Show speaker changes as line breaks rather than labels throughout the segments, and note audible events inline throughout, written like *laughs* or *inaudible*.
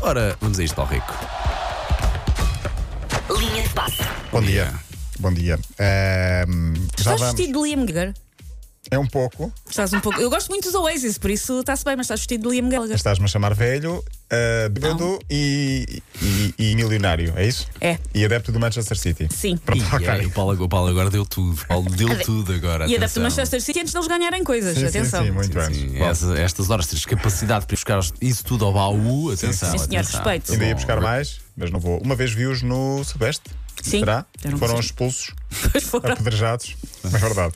Ora, vamos a isto, Paulo Rico.
Linha de passe.
Bom dia. Bom dia. Ahm, já
Estás
vamos.
vestido de Liam Gallagher?
É um pouco.
Estás um pouco. Eu gosto muito dos Oasis, por isso está-se bem, mas estás vestido de Liam Gallagher.
Estás-me a chamar velho, ah, bêbado e, e- e milionário, é isso?
É.
E adepto do Manchester City.
Sim.
Pronto,
E
ok.
aí, o, Paulo, o Paulo agora deu tudo. O Paulo deu tudo agora.
E adapta
atenção.
o Manchester City antes de eles ganharem coisas.
Sim, sim,
Atenção.
sim, é assim. muito bem.
Sim,
Bom,
essa- estas horas tens capacidade para ir buscar isso tudo ao baú. Atenção.
Sim, senhor,
atenção.
respeito.
Ainda ia
Bom,
buscar mais, mas não vou. Uma vez vi-os no Sebeste.
Sim.
Será?
Eram-
Foram expulsos,
Pois foram.
apedrejados. É verdade.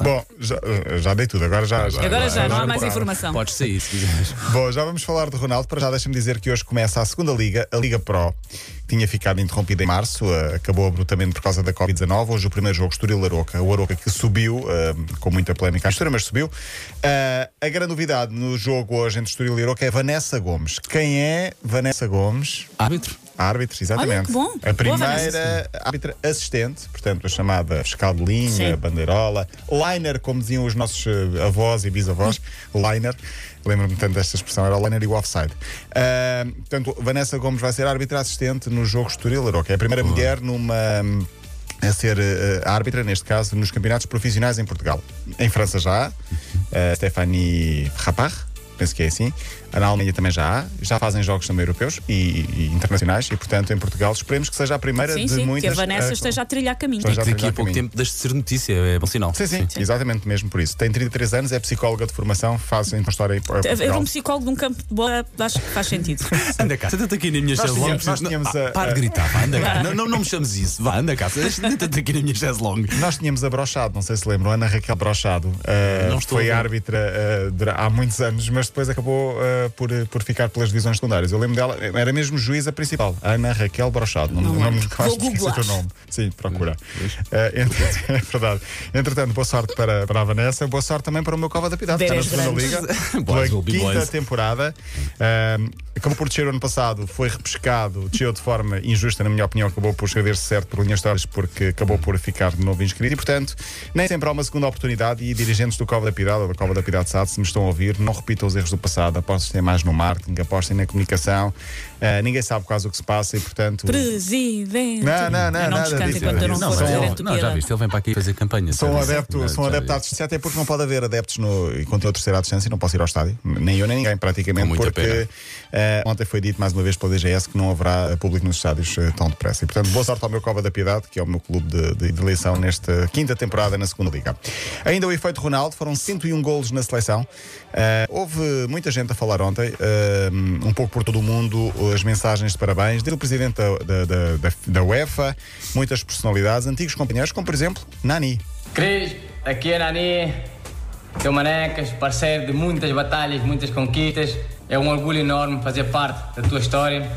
Bom, já, já dei tudo, agora já. já
Agora já, não há
não
mais
parava.
informação.
Podes sair se quiseres.
Bom, já vamos falar de Ronaldo. Para já deixa-me dizer que hoje começa a segunda liga, a Liga Pro, que tinha ficado interrompida em março, eh, acabou abruptamente por causa da Covid-19. Hoje o primeiro jogo, Estoril-Aroca. O Aroca que subiu, eh, com muita polémica à história, mas subiu. Eh, a grande novidade no jogo hoje entre Estoril e Aroca é Vanessa Gomes. Quem é Vanessa Gomes?
Árbitro. é
Árbitro, exatamente.
Olha, que bom.
A
Boa, Vanessa.
primeira árbitra assistente, portanto, a chamada fiscal de linha,
Sim.
bandeirola, liner, como diziam os nossos eh, avós e bisavós, liner. Lembro-me tanto desta expressão, era o liner e o offside. Ah, portanto, Vanessa Gomes vai ser árbitra assistente no jogo Estoril Aroca. É a primeira mulher numa. hum, A ser eh, árbitra, neste caso, nos campeonatos profissionais em Portugal. Em França já há, eh, Stéphanie Rapar, penso que é assim. Na Alemanha também já há, já fazem jogos também europeus e, e internacionais, e portanto em Portugal esperemos que seja a primeira
Sim,
de
sim, que a
muitas.
Vanessa
eh,
esteja a trilhar caminho.
Sim. Já
Daqui a
terminar
pouco
comigo.
tempo deixe de ser notícia. É bom sinal.
Sim, sim, exatamente mesmo por isso. Tem 33 anos, é psicóloga de formação, faz então história em
Eu
Portugal.
um psicólogo de um campo de bola, acho que faz
*laughs*
sentido.
Anda cá, senta-te aqui na minha
Nós
chaise-longue.
tínhamos- nós tínhamos
Não,
a-
Ah. Para de gritar, vá, anda cá. Não, não, não me chames isso. Vá, anda cá, senta-te aqui na minha chaise-longue.
Nós tínhamos a Brochado, não sei se lembram, Ana Raquel Brochado. eh,
Não estou
foi
a ver.
árbitra eh, dura- há muitos anos, mas depois acabou eh, por, por ficar pelas divisões secundárias. Eu lembro dela, era mesmo juíza principal, Ana Raquel Brochado. Não, não, não,
lembro. é. Vou
o teu
googlar.
nome. Sim, procura.
Hum,
Eh, entre- *laughs* é verdade. Entretanto, boa sorte para, para a Vanessa, boa sorte também para o meu Cova da Piedade, que está na
Veras
segunda
grandes.
liga.
Boys
pela
will be
quinta
boys.
temporada. Ahm, acabou por descer o ano passado, foi repescado, desceu de forma injusta, na minha opinião, acabou por escrever-se certo por linhas histórias, porque acabou por ficar de novo inscrito. E, portanto, nem sempre há uma segunda oportunidade. E dirigentes do Cova da Piedade ou da Cova da Piedade SAD, se me estão a ouvir, não repitam os erros do passado. Apostem mais no marketing, apostem na comunicação. Ah, ninguém sabe quase o que se passa e, portanto.
Presidente.
Não, não, não,
Eu não
nada
descanto
disso,
enquanto eu não
nada
for
disso.
presidente do
não, já
Piedade.
viste, ele vem para aqui fazer campanha.
Sou um
já disse.
adepto,
Não,
sou um
né, já
adepto à
disse.
distância, até porque não pode haver adeptos no, enquanto eu terceira à distância, não posso ir ao estádio, nem eu nem ninguém praticamente,
Com muita
porque
pena.
eh, ontem foi dito mais uma vez pela DGS que não haverá eh, público nos estádios eh, tão depressa. E portanto, boa sorte ao meu Cova da Piedade, que é o meu clube de, de- de eleição nesta quinta temporada na segunda Liga. Ainda o efeito Ronaldo, foram 101 golos na seleção. Eh, houve muita gente a falar ontem, eh, um pouco por todo o mundo, as mensagens de parabéns, desde o presidente da, da- da- da- da UEFA, muitas personalidades, antigos companheiros, como por exemplo Nani.
Cris, aqui é Nani, teu Manecas, parceiro de muitas batalhas, muitas conquistas. É um orgulho enorme fazer parte da tua história,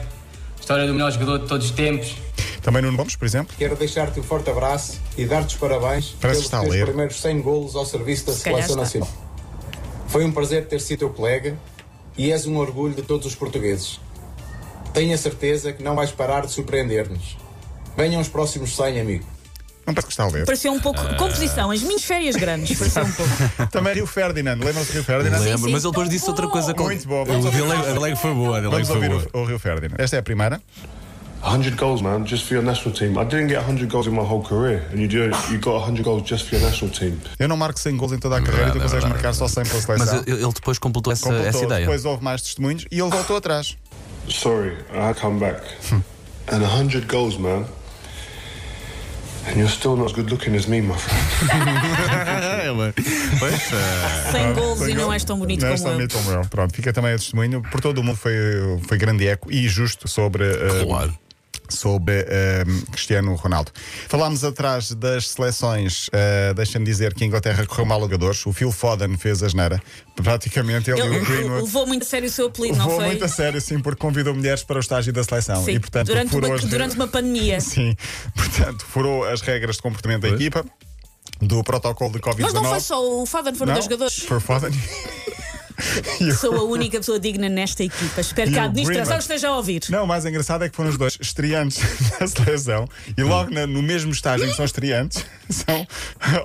história do melhor jogador de todos os tempos.
Também Nuno Gomes, por exemplo.
Quero deixar-te um forte abraço e dar-te os
Parece
parabéns
que
pelos
está a
teus
ler.
primeiros 100 golos ao serviço da
calhar
Seleção
está.
Nacional. Foi um prazer ter sido teu colega e és um orgulho de todos os portugueses. Tenho a certeza que não vais parar de surpreender-nos. Venham os próximos 100, amigo.
Não parece que está a
*laughs*
ler.
Pareceu um pouco.
Ah.
Composição, as minhas férias grandes. Pareceu um pouco.
Também Rio Ferdinand. Lembram-se de Rio Ferdinand?
Lembro,
sim,
mas ele depois
tão
disse outra
bom.
coisa. com-
Muito bom,
O
vamos ouvir.
delay- a delay foi boa. a delay
Vamos
foi
ouvir
boa.
o, o Rio Ferdinand. Esta é a primeira.
100 goals, man, just for your national team. I didn't get 100 goals in my whole career, and you do you got 100 goals just for your national team.
Eu não marco 100 gols em toda a carreira e tu
É Verdade,
consegues
verdade,
marcar só 100 pela
Mas
seleção.
ele- ele depois completou essa,
Completou,
essa ideia.
depois houve mais testemunhos e ele
*laughs*
voltou atrás.
Sorry, I come back, and 100 goals, man, and you're still not as good looking as me, my friend.
É
*laughs*
Pois, eh,
Sem golos e não és tão bonito
um Não és
como
tão
eu.
bonito como eu. Pronto, fica também o testemunho. Por todo o mundo foi, foi grande eco e justo sobre. eh,
Claro.
sobre ehm, Cristiano Ronaldo. Falámos atrás das seleções, eh, deixa-me dizer que a Inglaterra correu mal a jogadores. O Phil Foden fez a geneira. Praticamente ele, e o
Ele
Greenwood.
levou muito a sério o seu apelido, não
Levou
foi?
muito a sério, sim, porque convidou mulheres para o estágio da seleção.
Sim,
E, portanto,
durante,
furou
uma,
as...
durante uma pandemia.
Sim, *laughs* portanto, furou as regras de comportamento da equipa, do protocolo de Covid-19.
Mas não foi só o Faden, foram
Não, *laughs*
dois jogadores.
Foi o Foden.
Sou a única pessoa digna nesta equipa. Espero
E
que
o
a administração
Greenman?
esteja a ouvir.
Não, o mais engraçado é que foram os dois estreantes *laughs* da seleção e logo na- no mesmo estágio em que são estreantes, *laughs* são.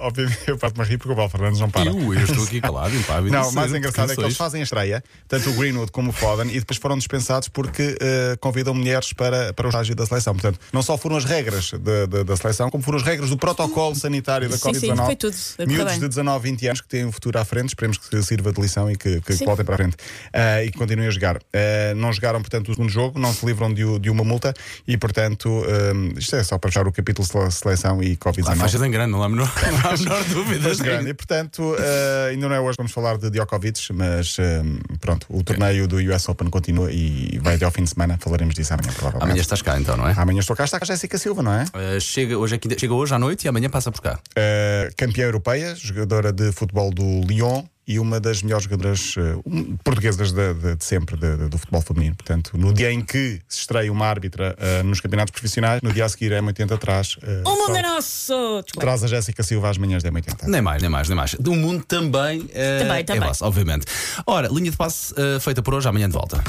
Obviamente, eu parto-me a rir porque o Paulo Fernandes não para.
Eu, eu estou aqui calado, impávido.
Não,
Isso,
o mais engraçado é que
canções.
eles fazem a estreia, tanto o Greenwood como o Foden, e depois foram dispensados porque eh, convidam mulheres para, para o estágio da seleção. Portanto, não só foram as regras da- da- da seleção, como foram as regras do protocolo sanitário da
Sim, sim,
Covid-19.
foi tudo. Foi
Miúdos
bem.
de 19, 20 anos que têm um futuro à frente, esperemos que sirva de lição e que, que
Sim.
voltem para a frente Ah, e que continuem a jogar. Ah, não jogaram, portanto, o segundo jogo, não se livram de, o- de uma multa e, portanto, ah, isto é só para fechar o capítulo sele- seleção e
A faixa
Covid-19.
tem grande, não há a menor, *laughs* não há a
*laughs*
menor dúvida.
Mas grande. E portanto, ah, ainda não é hoje que vamos falar de Djokovic, mas ah, pronto, o torneio do US Open continua e vai até ao fim de semana. Falaremos disso amanhã, provavelmente.
Amanhã estás cá então, não é?
Amanhã estou cá, está cá a Jéssica Silva, não é?
Eh, chega, hoje é quinta- chega hoje à noite e amanhã passa por cá.
Uh, campeã europeia, jogadora de futebol do Lyon e uma das melhores jogadoras uh, um- portuguesas de, de- de sempre de- de- do futebol feminino. Portanto, no dia em que se estreia uma árbitra uh, nos campeonatos profissionais, no dia a seguir é 80 atrás. Uh,
O mundo
só
é nosso! Desculpa.
Traz a Jéssica Silva às manhãs da 80.
Nem mais, nem mais, nem mais. Do mundo também, eh,
Também,
é
também.
vosso, obviamente. Ora, linha de passe eh, feita por hoje, amanhã de volta.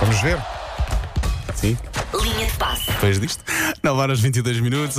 Vamos ver.
Sim,
Linha de passe.
*laughs* depois disto. 9 horas 22 minutos.